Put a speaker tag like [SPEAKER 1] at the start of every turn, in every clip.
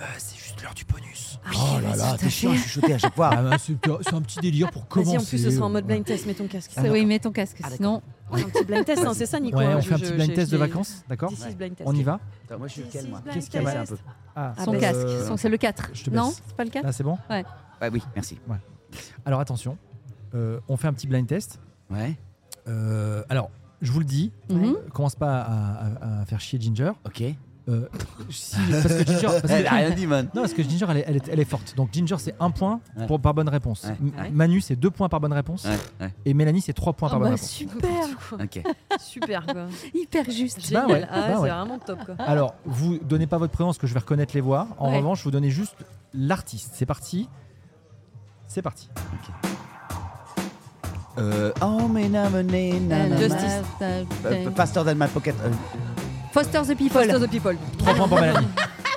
[SPEAKER 1] Ah, c'est juste l'heure du bonus.
[SPEAKER 2] Ah oui,
[SPEAKER 3] Oh là
[SPEAKER 2] vas-y,
[SPEAKER 3] là,
[SPEAKER 2] tout à
[SPEAKER 3] t'es chiant à
[SPEAKER 2] fait.
[SPEAKER 3] chuchoter à chaque
[SPEAKER 1] Ah
[SPEAKER 3] fois.
[SPEAKER 1] bah, c'est c'est un petit délire pour commencer.
[SPEAKER 2] Vas-y, en plus, ce sera en mode
[SPEAKER 1] voilà.
[SPEAKER 2] blind test. Mets ton casque.
[SPEAKER 3] Ah,
[SPEAKER 2] oui,
[SPEAKER 3] d'accord.
[SPEAKER 2] mets ton casque.
[SPEAKER 3] Ah,
[SPEAKER 2] sinon, un petit blind test, hein, c'est ça, Nico.
[SPEAKER 1] Ouais,
[SPEAKER 2] hein,
[SPEAKER 1] on
[SPEAKER 2] je-
[SPEAKER 1] fait un
[SPEAKER 2] je-
[SPEAKER 1] petit blind
[SPEAKER 2] je-
[SPEAKER 1] test de
[SPEAKER 2] je-
[SPEAKER 1] vacances, d'accord
[SPEAKER 2] This is blind test.
[SPEAKER 1] On y va
[SPEAKER 3] Attends, moi je suis
[SPEAKER 2] This
[SPEAKER 3] calme.
[SPEAKER 2] is
[SPEAKER 3] moi.
[SPEAKER 2] blind
[SPEAKER 3] Qu'est-ce qu'il y a mal un
[SPEAKER 2] test.
[SPEAKER 3] peu
[SPEAKER 1] Ah,
[SPEAKER 2] Son
[SPEAKER 1] euh,
[SPEAKER 2] casque. Son- C'est le 4.
[SPEAKER 1] je te
[SPEAKER 2] Non,
[SPEAKER 1] baisse.
[SPEAKER 2] c'est pas le 4
[SPEAKER 1] Là, c'est bon
[SPEAKER 3] Ouais, oui, merci.
[SPEAKER 1] Alors attention, euh, on fait un petit blind test.
[SPEAKER 3] Ouais,
[SPEAKER 1] Euh, alors, je vous le dis,
[SPEAKER 2] Mhm.
[SPEAKER 1] euh, commence pas à, à- à faire chier Ginger.
[SPEAKER 3] ok. Elle
[SPEAKER 1] Euh, si, parce que Ginger, parce que-
[SPEAKER 3] a rien dit, man.
[SPEAKER 1] non, parce que Ginger, elle est, elle est- elle est forte. Donc Ginger, c'est un point
[SPEAKER 3] Ouais.
[SPEAKER 1] pour, par bonne réponse.
[SPEAKER 3] Ouais.
[SPEAKER 1] M-
[SPEAKER 2] Ouais.
[SPEAKER 1] Manu, c'est deux points par bonne réponse.
[SPEAKER 3] Ouais, ouais,
[SPEAKER 1] Et Mélanie, c'est trois
[SPEAKER 4] Oh,
[SPEAKER 1] points
[SPEAKER 2] Ah
[SPEAKER 1] par bonne
[SPEAKER 2] bah,
[SPEAKER 1] réponse.
[SPEAKER 2] super,
[SPEAKER 3] ok.
[SPEAKER 2] super quoi.
[SPEAKER 4] Hyper juste.
[SPEAKER 2] Génial.
[SPEAKER 1] ouais,
[SPEAKER 2] Ah ouais,
[SPEAKER 1] bah
[SPEAKER 2] c'est
[SPEAKER 1] ouais.
[SPEAKER 2] vraiment top quoi.
[SPEAKER 1] Alors, vous donnez pas votre prénom parce que je vais reconnaître les voix. En
[SPEAKER 2] Ah. Ouais.
[SPEAKER 1] revanche, vous donnez juste l'artiste. C'est parti. C'est parti.
[SPEAKER 3] Euh, oh, mais na, mais né, na, na, na.
[SPEAKER 2] Justice.
[SPEAKER 3] Euh, Pasteur d'Alma Pocket. euh,
[SPEAKER 4] Bah, Foster the people.
[SPEAKER 2] Foster the people.
[SPEAKER 1] Trois points pour Mélanie.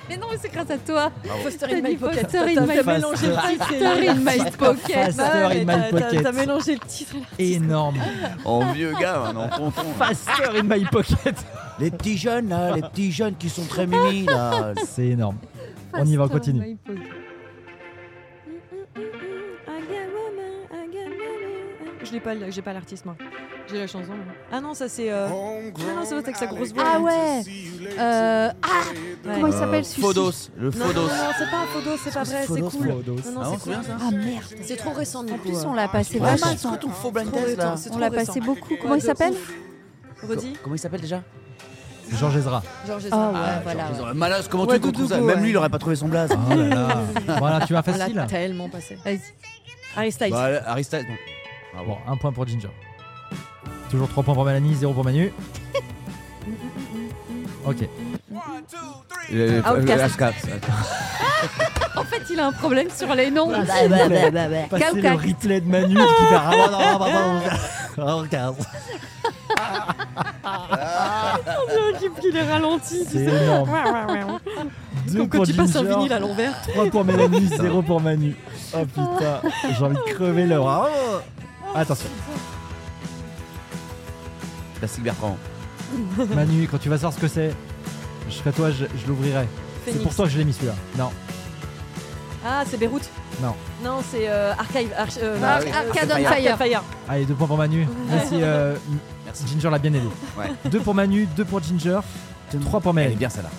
[SPEAKER 4] Mais non, mais c'est grâce à toi.
[SPEAKER 2] Foster
[SPEAKER 4] T'as
[SPEAKER 2] in my
[SPEAKER 4] dit
[SPEAKER 2] pocket.
[SPEAKER 4] Foster in
[SPEAKER 2] T'as-
[SPEAKER 4] my-
[SPEAKER 2] t'as mélangé le
[SPEAKER 3] Foster-
[SPEAKER 2] titre. et-
[SPEAKER 4] Foster in my pocket.
[SPEAKER 2] Bah ouais,
[SPEAKER 1] Faster in my
[SPEAKER 2] t'as- t'as-
[SPEAKER 1] pocket.
[SPEAKER 2] T'as mélangé le titre. et l'artiste.
[SPEAKER 1] Énorme.
[SPEAKER 3] En vieux gars, hein, on confond.
[SPEAKER 1] Faster in my pocket.
[SPEAKER 3] Les petits jeunes, là, les petits jeunes qui sont très mimi, là.
[SPEAKER 1] C'est énorme. On y va, on
[SPEAKER 2] Foster in
[SPEAKER 1] continue.
[SPEAKER 2] my pocket. Mm, mm, mm, mm. I got woman, I got woman. Je l'ai pas, le- j'ai pas l'artiste moi. J'ai la chanson. moi. Ah non, ça c'est. euh, Ah non, c'est votre avec sa grosse voix.
[SPEAKER 4] Ah ouais. Euh, ah,
[SPEAKER 2] Ouais.
[SPEAKER 4] comment il s'appelle celui-ci
[SPEAKER 3] Euh, Fodos, le
[SPEAKER 2] Non, non,
[SPEAKER 3] Fodos.
[SPEAKER 2] non, c'est pas un Fodos, c'est pas vrai, c'est
[SPEAKER 3] Fodos,
[SPEAKER 2] cool.
[SPEAKER 1] Fodos.
[SPEAKER 2] Non,
[SPEAKER 3] Ah,
[SPEAKER 2] non,
[SPEAKER 3] on
[SPEAKER 2] c'est
[SPEAKER 3] se souvient,
[SPEAKER 2] cool.
[SPEAKER 3] ça
[SPEAKER 4] Ah merde.
[SPEAKER 2] C'est trop récent,
[SPEAKER 4] En
[SPEAKER 2] Nico.
[SPEAKER 4] plus,
[SPEAKER 2] hein.
[SPEAKER 4] on l'a passé
[SPEAKER 3] Ouais,
[SPEAKER 4] vachement.
[SPEAKER 3] Ah, c'est quoi ton faux blind
[SPEAKER 2] Trop
[SPEAKER 3] test, là
[SPEAKER 2] récent, c'est
[SPEAKER 4] On
[SPEAKER 2] trop
[SPEAKER 4] l'a
[SPEAKER 2] récent.
[SPEAKER 4] passé beaucoup.
[SPEAKER 2] Ouais,
[SPEAKER 4] Comment il
[SPEAKER 2] de
[SPEAKER 4] s'appelle
[SPEAKER 2] ouf. Redis.
[SPEAKER 3] Comment il s'appelle déjà
[SPEAKER 1] Georges Ezra.
[SPEAKER 2] Georges
[SPEAKER 4] Oh
[SPEAKER 3] Ah,
[SPEAKER 2] Ezra.
[SPEAKER 4] ouais, voilà. Ah, ouais.
[SPEAKER 3] Malaise, comment
[SPEAKER 2] Ouais,
[SPEAKER 3] tu trouves
[SPEAKER 2] Doudou,
[SPEAKER 3] ça
[SPEAKER 2] ouais.
[SPEAKER 3] Même lui, il aurait pas trouvé son blaze.
[SPEAKER 1] Oh là là. Voilà, tu vas
[SPEAKER 2] On l'a
[SPEAKER 1] facile.
[SPEAKER 2] tellement passé.
[SPEAKER 4] Vas-y.
[SPEAKER 2] Harry Styles.
[SPEAKER 3] Bah, Aristide. bon. Ah
[SPEAKER 1] Bon,
[SPEAKER 3] bon.
[SPEAKER 1] un point pour Ginger. Toujours trois points pour Mélanie, zéro pour Manu. Ok.
[SPEAKER 4] Ah,
[SPEAKER 3] Le-
[SPEAKER 2] Outcast.
[SPEAKER 3] le- Alaska.
[SPEAKER 4] En fait, il a un problème sur les noms. Bah,
[SPEAKER 1] bah,
[SPEAKER 2] Bah,
[SPEAKER 1] Passez le
[SPEAKER 4] Caucas.
[SPEAKER 1] replay de Manu qui va
[SPEAKER 3] Ah, non, non, non, non, non, non.
[SPEAKER 2] Il est ralenti.
[SPEAKER 1] C'est énorme. Deux
[SPEAKER 2] Comme quand
[SPEAKER 1] pour
[SPEAKER 2] tu passes un
[SPEAKER 1] Ginger,
[SPEAKER 2] vinyle à l'envers.
[SPEAKER 1] trois pour Mélanie, zéro pour Manu. Oh putain, j'ai envie de crever le bras. Attention,
[SPEAKER 3] Plastique Bertrand.
[SPEAKER 1] Manu, quand tu vas savoir ce que c'est, je serai toi, je, je l'ouvrirai. C'est
[SPEAKER 2] Phoenix.
[SPEAKER 1] pour toi que je l'ai mis celui-là. Non,
[SPEAKER 2] Ah, c'est Beyrouth
[SPEAKER 1] Non.
[SPEAKER 2] Non, c'est euh, Archive. Arch- euh,
[SPEAKER 3] Ah
[SPEAKER 2] euh,
[SPEAKER 3] oui.
[SPEAKER 4] Arcade
[SPEAKER 2] Arcade
[SPEAKER 4] on
[SPEAKER 2] Fire.
[SPEAKER 4] Fire.
[SPEAKER 1] allez, deux points pour Manu. Merci, euh,
[SPEAKER 3] Merci.
[SPEAKER 1] Ginger l'a bien aidé.
[SPEAKER 3] Ouais.
[SPEAKER 1] Deux pour Manu, deux pour Ginger, trois pour
[SPEAKER 3] Elle est
[SPEAKER 1] Mélanie.
[SPEAKER 3] bien celle-là.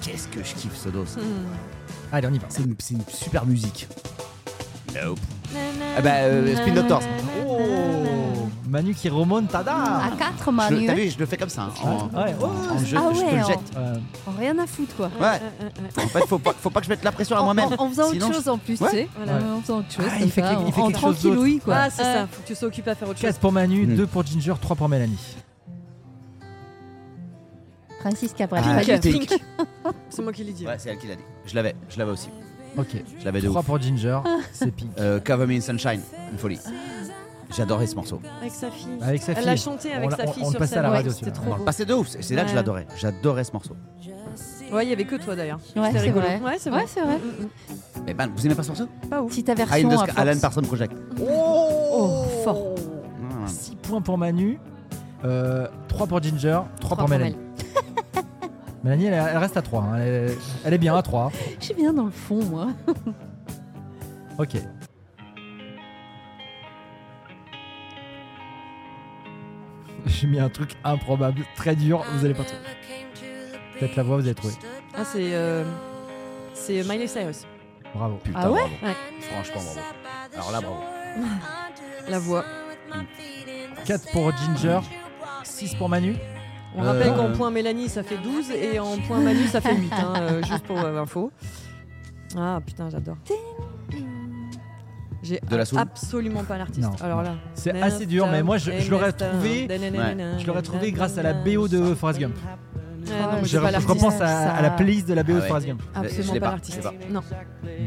[SPEAKER 3] Qu'est-ce que je kiffe ce dos.
[SPEAKER 4] Hmm.
[SPEAKER 1] Allez, on y va.
[SPEAKER 3] C'est une, c'est une super musique. Nope. Ah
[SPEAKER 4] Hmm.
[SPEAKER 3] bah, euh, Spin Doctors.
[SPEAKER 1] Oh, Manu qui remonte,
[SPEAKER 4] À
[SPEAKER 1] tada
[SPEAKER 4] 4
[SPEAKER 3] Je le-
[SPEAKER 4] Manu.
[SPEAKER 3] T'as vu, je le fais comme ça. hein, en,
[SPEAKER 1] Ouais, oh,
[SPEAKER 3] en jeu,
[SPEAKER 4] Ah
[SPEAKER 3] je te
[SPEAKER 4] ouais,
[SPEAKER 3] le
[SPEAKER 4] en- Euh,
[SPEAKER 3] jette.
[SPEAKER 1] euh,
[SPEAKER 4] Oh, Rien à foutre, quoi.
[SPEAKER 3] Ouais. En fait, faut pas, faut pas que je mette la pression à
[SPEAKER 4] En-
[SPEAKER 3] moi-même.
[SPEAKER 4] En, en faisant
[SPEAKER 3] Sinon,
[SPEAKER 4] autre chose en plus,
[SPEAKER 3] Ouais.
[SPEAKER 4] tu sais.
[SPEAKER 2] Voilà.
[SPEAKER 4] En faisant autre chose.
[SPEAKER 1] Ah, il
[SPEAKER 4] comme
[SPEAKER 1] fait
[SPEAKER 4] ça,
[SPEAKER 1] quelque- il fait
[SPEAKER 4] en
[SPEAKER 1] quelque chose d'autre.
[SPEAKER 4] tranquillouille, quoi.
[SPEAKER 2] Ah, c'est
[SPEAKER 4] Ouais.
[SPEAKER 2] ça. Faut que tu s'occupes à faire autre chose.
[SPEAKER 1] 4 pour Manu,
[SPEAKER 3] Hmm.
[SPEAKER 1] 2 pour Ginger, 3 pour Mélanie.
[SPEAKER 4] Francis Cabrel.
[SPEAKER 3] Ah,
[SPEAKER 4] Pas du
[SPEAKER 3] Pink.
[SPEAKER 4] tout.
[SPEAKER 2] Pink. C'est moi qui l'ai dit.
[SPEAKER 3] Ouais, c'est elle qui l'a dit. Je l'avais, je l'avais aussi.
[SPEAKER 1] Ok.
[SPEAKER 3] Je l'avais de
[SPEAKER 1] 3
[SPEAKER 3] ouf.
[SPEAKER 1] pour Ginger, c'est pink.
[SPEAKER 3] Euh, Cover Me in Sunshine, une folie. J'adorais ce morceau.
[SPEAKER 2] Avec sa fille.
[SPEAKER 1] Avec sa
[SPEAKER 2] Elle
[SPEAKER 1] fille.
[SPEAKER 2] l'a chanté avec
[SPEAKER 1] On l'a-
[SPEAKER 2] sa
[SPEAKER 1] on-
[SPEAKER 2] fille
[SPEAKER 1] on le
[SPEAKER 2] sur
[SPEAKER 1] passait à
[SPEAKER 2] scène.
[SPEAKER 1] la
[SPEAKER 2] Ouais,
[SPEAKER 1] radio,
[SPEAKER 2] C'était
[SPEAKER 1] celui-là.
[SPEAKER 2] trop beau.
[SPEAKER 3] Passé de ouf, Bah, c'est là que
[SPEAKER 2] Ouais.
[SPEAKER 3] je l'adorais. J'adorais ce morceau.
[SPEAKER 2] Ouais, il y avait que toi d'ailleurs.
[SPEAKER 4] Ouais,
[SPEAKER 2] C'était
[SPEAKER 4] c'est
[SPEAKER 2] rigolo.
[SPEAKER 4] vrai.
[SPEAKER 2] Ouais, c'est vrai.
[SPEAKER 4] Ouais, c'est vrai.
[SPEAKER 3] Mais man, vous aimez pas ce morceau
[SPEAKER 2] Pas ouf.
[SPEAKER 4] Si ta
[SPEAKER 3] High in
[SPEAKER 4] version
[SPEAKER 3] the
[SPEAKER 4] à
[SPEAKER 3] Sky, Alan
[SPEAKER 4] force.
[SPEAKER 3] Parsons Project.
[SPEAKER 4] Oh, fort.
[SPEAKER 3] Non, non, non.
[SPEAKER 1] 6 points pour Manu, 3 pour Ginger, 3 pour
[SPEAKER 4] pour
[SPEAKER 1] Mélanie. Mélanie, elle, elle reste à 3. Elle, est- elle est bien à 3.
[SPEAKER 4] Je suis bien dans le fond, moi.
[SPEAKER 1] Ok. J'ai mis un truc improbable, très dur, vous allez pas trouver. Peut-être la voix, vous allez trouver.
[SPEAKER 2] Ah, c'est. euh, C'est Miley Cyrus.
[SPEAKER 1] Bravo.
[SPEAKER 3] Putain,
[SPEAKER 4] Ah ouais
[SPEAKER 3] bravo.
[SPEAKER 2] Ouais.
[SPEAKER 3] Franchement, bravo. Alors là, bravo.
[SPEAKER 2] La voix.
[SPEAKER 1] 4 pour Ginger, 6 pour Manu.
[SPEAKER 2] On
[SPEAKER 3] Euh,
[SPEAKER 2] rappelle qu'en
[SPEAKER 3] euh.
[SPEAKER 2] point Mélanie, ça fait 12 et en point Manu, ça fait 8. hein, euh, juste pour euh, info. Ah putain, j'adore. J'ai
[SPEAKER 3] De la soul
[SPEAKER 2] absolument pas l'artiste.
[SPEAKER 1] Non.
[SPEAKER 2] Alors là.
[SPEAKER 1] C'est assez dur, mais moi, je- je l'aurais trouvé- Je l'aurais trouvé grâce à la BO de Forrest Gump.
[SPEAKER 2] Ah, non, mais
[SPEAKER 1] Je,
[SPEAKER 2] j'ai pas
[SPEAKER 1] je
[SPEAKER 2] l'artiste.
[SPEAKER 1] repense à,
[SPEAKER 4] ça.
[SPEAKER 1] à la playlist de la BO
[SPEAKER 3] Ah
[SPEAKER 1] de
[SPEAKER 3] ouais.
[SPEAKER 1] Forrest Gump.
[SPEAKER 3] Je
[SPEAKER 2] Absolument
[SPEAKER 3] l'ai
[SPEAKER 2] pas
[SPEAKER 3] pas,
[SPEAKER 2] l'artiste.
[SPEAKER 3] je l'ai
[SPEAKER 2] Non,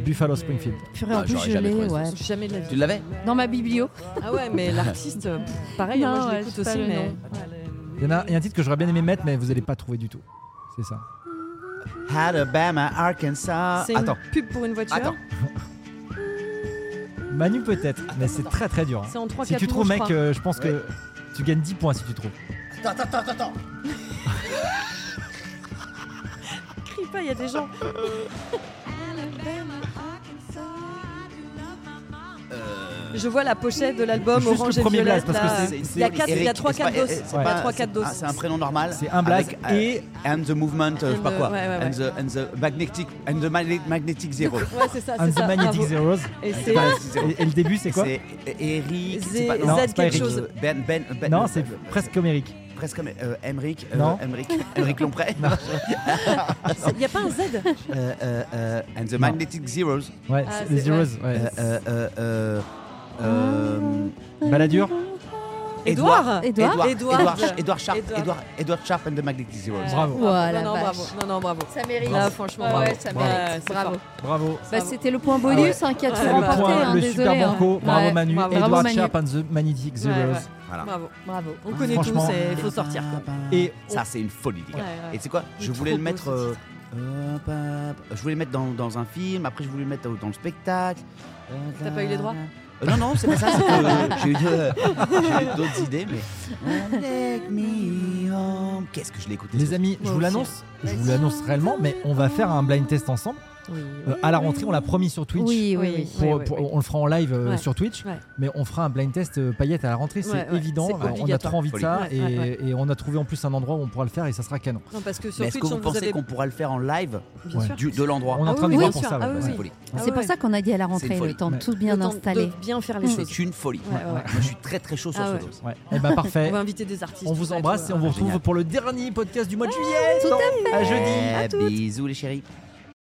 [SPEAKER 1] Buffalo Springfield.
[SPEAKER 4] Purée, en
[SPEAKER 3] Ouais,
[SPEAKER 4] plus,
[SPEAKER 3] j'aurais
[SPEAKER 4] je
[SPEAKER 3] jamais
[SPEAKER 4] l'ai,
[SPEAKER 3] trouvé
[SPEAKER 4] ouais.
[SPEAKER 2] jamais de la
[SPEAKER 3] Tu
[SPEAKER 2] vie.
[SPEAKER 3] l'avais
[SPEAKER 4] Dans ma biblio.
[SPEAKER 2] Ah ouais, mais l'artiste, euh, pff, pareil,
[SPEAKER 4] Non,
[SPEAKER 2] moi je
[SPEAKER 4] ouais,
[SPEAKER 2] l'écoute
[SPEAKER 4] c'est pas
[SPEAKER 2] aussi,
[SPEAKER 4] le
[SPEAKER 2] mais.
[SPEAKER 4] nom.
[SPEAKER 1] Il y en a il y a un titre que j'aurais bien aimé mettre, mais vous allez pas trouver du tout. C'est ça.
[SPEAKER 3] Alabama, Arkansas.
[SPEAKER 4] Ah,
[SPEAKER 2] C'est une
[SPEAKER 3] Attends,
[SPEAKER 2] pub pour une voiture.
[SPEAKER 3] Attends.
[SPEAKER 1] Manu peut-être, mais c'est très très dur. hein.
[SPEAKER 2] C'est en 3-4
[SPEAKER 1] Si tu
[SPEAKER 2] mots,
[SPEAKER 1] trouves,
[SPEAKER 2] je
[SPEAKER 1] mec,
[SPEAKER 2] crois.
[SPEAKER 1] euh, je pense que tu gagnes 10 points si tu trouves.
[SPEAKER 2] Crie pas, il y a des gens. Je vois la pochette de l'album
[SPEAKER 1] Juste
[SPEAKER 2] Orange
[SPEAKER 1] le
[SPEAKER 2] et
[SPEAKER 1] premier
[SPEAKER 2] Violette.
[SPEAKER 1] blast, parce que
[SPEAKER 2] là.
[SPEAKER 1] c'est-
[SPEAKER 2] il y a quatre- il y a
[SPEAKER 3] Eric,
[SPEAKER 2] trois,
[SPEAKER 3] c'est pas-
[SPEAKER 2] quatre doses.
[SPEAKER 3] c'est
[SPEAKER 2] Il y a
[SPEAKER 3] pas-
[SPEAKER 2] trois, quatre doses.
[SPEAKER 3] ah, C'est un prénom normal.
[SPEAKER 1] C'est un blast
[SPEAKER 3] avec, euh,
[SPEAKER 1] et-
[SPEAKER 3] And the movement, euh, je sais pas
[SPEAKER 2] And the-
[SPEAKER 3] quoi.
[SPEAKER 2] ouais, ouais,
[SPEAKER 3] And
[SPEAKER 2] ouais.
[SPEAKER 3] the, and the magnetic, and the magne- magnetic zero.
[SPEAKER 2] Ouais, c'est ça,
[SPEAKER 1] Un
[SPEAKER 2] Ah, c'est
[SPEAKER 1] The
[SPEAKER 2] ça.
[SPEAKER 1] Magnetic
[SPEAKER 2] bravo.
[SPEAKER 1] Zeros.
[SPEAKER 2] Et c'est
[SPEAKER 3] C'est pas magnetic zero.
[SPEAKER 1] Et, et le début, c'est quoi
[SPEAKER 3] C'est Eric.
[SPEAKER 2] Z-
[SPEAKER 3] c'est pas-
[SPEAKER 2] Z
[SPEAKER 3] non,
[SPEAKER 1] quelque
[SPEAKER 3] c'est pas Eric.
[SPEAKER 2] chose.
[SPEAKER 3] Ben, ben, ben-
[SPEAKER 1] Non,
[SPEAKER 3] euh,
[SPEAKER 1] c'est presque comme Eric.
[SPEAKER 3] presque comme euh, Emric. euh,
[SPEAKER 1] Non.
[SPEAKER 3] Emric. Emric Lomprey.
[SPEAKER 2] Il n'y a pas un Z
[SPEAKER 3] Euh, euh, euh, and the magnetic zeros.
[SPEAKER 1] Ouais,
[SPEAKER 2] Ah,
[SPEAKER 1] c'est les
[SPEAKER 2] c'est
[SPEAKER 1] Zeros. Ouais.
[SPEAKER 3] Euh, euh, euh, euh,
[SPEAKER 2] Ah.
[SPEAKER 3] euh,
[SPEAKER 1] Balladur
[SPEAKER 2] Édouard
[SPEAKER 4] Édouard
[SPEAKER 2] Édouard.
[SPEAKER 3] Édouard, Ch- Édouard Sharp,
[SPEAKER 2] Édouard.
[SPEAKER 3] Édouard, Édouard Sharp and the Magnetic Zeros.
[SPEAKER 1] Bravo.
[SPEAKER 4] Voilà,
[SPEAKER 2] non, non,
[SPEAKER 4] vache.
[SPEAKER 2] bravo. Non, non, bravo.
[SPEAKER 4] Ça mérite.
[SPEAKER 2] Là, franchement,
[SPEAKER 4] Ouais,
[SPEAKER 2] bravo.
[SPEAKER 4] ouais, ça
[SPEAKER 2] Bravo. Ouais,
[SPEAKER 4] mérite.
[SPEAKER 2] c'est
[SPEAKER 4] Bravo.
[SPEAKER 1] Bravo.
[SPEAKER 4] Bah, c'était le point bonus hein, qui a tout
[SPEAKER 2] Ouais,
[SPEAKER 1] Ah,
[SPEAKER 2] bah,
[SPEAKER 1] le
[SPEAKER 4] remporté.
[SPEAKER 1] point,
[SPEAKER 4] hein,
[SPEAKER 1] le
[SPEAKER 4] désolé,
[SPEAKER 1] super
[SPEAKER 4] hein.
[SPEAKER 1] banco. Bravo
[SPEAKER 4] Ouais,
[SPEAKER 1] Manu.
[SPEAKER 2] bravo.
[SPEAKER 1] Edward
[SPEAKER 4] Bravo, Manu.
[SPEAKER 1] Sharp and the Magnetic Zeros.
[SPEAKER 2] Ouais, ouais.
[SPEAKER 3] Voilà.
[SPEAKER 2] Bravo.
[SPEAKER 4] Bravo.
[SPEAKER 2] Ah. On connaît tous,
[SPEAKER 1] Franchement.
[SPEAKER 2] il faut sortir. quoi.
[SPEAKER 1] Et
[SPEAKER 3] Ça, c'est une folie, les gars.
[SPEAKER 2] Ouais, ouais.
[SPEAKER 3] Et c'est quoi
[SPEAKER 2] Il est
[SPEAKER 3] Je voulais
[SPEAKER 2] trop
[SPEAKER 3] le
[SPEAKER 2] beau,
[SPEAKER 3] mettre.
[SPEAKER 2] ce
[SPEAKER 3] euh, euh, hop, hop. je voulais le mettre dans, dans un film, après je voulais le mettre dans le spectacle. Euh,
[SPEAKER 2] T'as pas eu les droits
[SPEAKER 3] Euh, Non, non, c'est pas ça. c'est que, euh, J'ai eu de- j'ai eu d'autres idées, mais. Take me home. Qu'est-ce que je l'ai écouté
[SPEAKER 1] les
[SPEAKER 3] ce-
[SPEAKER 1] amis, je
[SPEAKER 2] Moi
[SPEAKER 1] vous
[SPEAKER 2] aussi.
[SPEAKER 1] l'annonce. Je vous l'annonce réellement, mais on va faire un blind test ensemble.
[SPEAKER 2] Oui,
[SPEAKER 1] Euh, à la rentrée, on l'a promis sur Twitch.
[SPEAKER 4] Oui, oui, oui.
[SPEAKER 1] Pour-
[SPEAKER 2] oui,
[SPEAKER 1] pour-
[SPEAKER 2] oui.
[SPEAKER 1] On le fera en live euh,
[SPEAKER 2] Ouais.
[SPEAKER 1] sur Twitch,
[SPEAKER 2] Ouais.
[SPEAKER 1] mais on fera un blind test euh, paillettes à la rentrée, c'est
[SPEAKER 2] Ouais, ouais,
[SPEAKER 1] évident.
[SPEAKER 2] c'est
[SPEAKER 1] euh, on a
[SPEAKER 2] obligatoire.
[SPEAKER 1] trop envie de ça
[SPEAKER 2] Ouais,
[SPEAKER 1] et,
[SPEAKER 2] ouais, ouais.
[SPEAKER 1] et on a trouvé en plus un endroit où on pourra le faire et ça sera canon.
[SPEAKER 2] Non, parce que sur
[SPEAKER 3] Mais est-ce
[SPEAKER 2] Twitch,
[SPEAKER 3] que vous
[SPEAKER 2] on vous
[SPEAKER 3] pensez
[SPEAKER 2] avait.
[SPEAKER 3] qu'on pourra le faire en live
[SPEAKER 2] Bien sûr.
[SPEAKER 3] du- de l'endroit
[SPEAKER 1] On est
[SPEAKER 2] Ah
[SPEAKER 1] en train de
[SPEAKER 2] oui,
[SPEAKER 1] voir
[SPEAKER 2] oui,
[SPEAKER 1] pour
[SPEAKER 2] bien
[SPEAKER 1] ça.
[SPEAKER 2] sûr. Ah
[SPEAKER 1] ouais,
[SPEAKER 2] oui,
[SPEAKER 3] C'est
[SPEAKER 1] ouais.
[SPEAKER 3] une folie.
[SPEAKER 2] Ah
[SPEAKER 4] C'est
[SPEAKER 2] ouais.
[SPEAKER 4] pour ça qu'on a dit à la rentrée,
[SPEAKER 3] folie.
[SPEAKER 4] le temps
[SPEAKER 1] Ouais.
[SPEAKER 4] de tout
[SPEAKER 2] Le
[SPEAKER 4] bien
[SPEAKER 2] temps
[SPEAKER 4] installer.
[SPEAKER 2] de bien faire les
[SPEAKER 1] Mmh.
[SPEAKER 4] Mm.
[SPEAKER 2] choses.
[SPEAKER 3] C'est une folie.
[SPEAKER 2] Ouais, ouais.
[SPEAKER 3] Moi, je suis très très chaud sur
[SPEAKER 2] Ah ouais.
[SPEAKER 3] ce dos.
[SPEAKER 1] Ouais. Eh ben
[SPEAKER 2] On
[SPEAKER 1] parfait.
[SPEAKER 2] va inviter des artistes.
[SPEAKER 1] On vous embrasse et on vous retrouve
[SPEAKER 3] Génial.
[SPEAKER 2] Ah,
[SPEAKER 1] pour le dernier podcast du mois de juillet.
[SPEAKER 4] Tout à
[SPEAKER 1] À jeudi.
[SPEAKER 3] Eh, Bisous les chéris.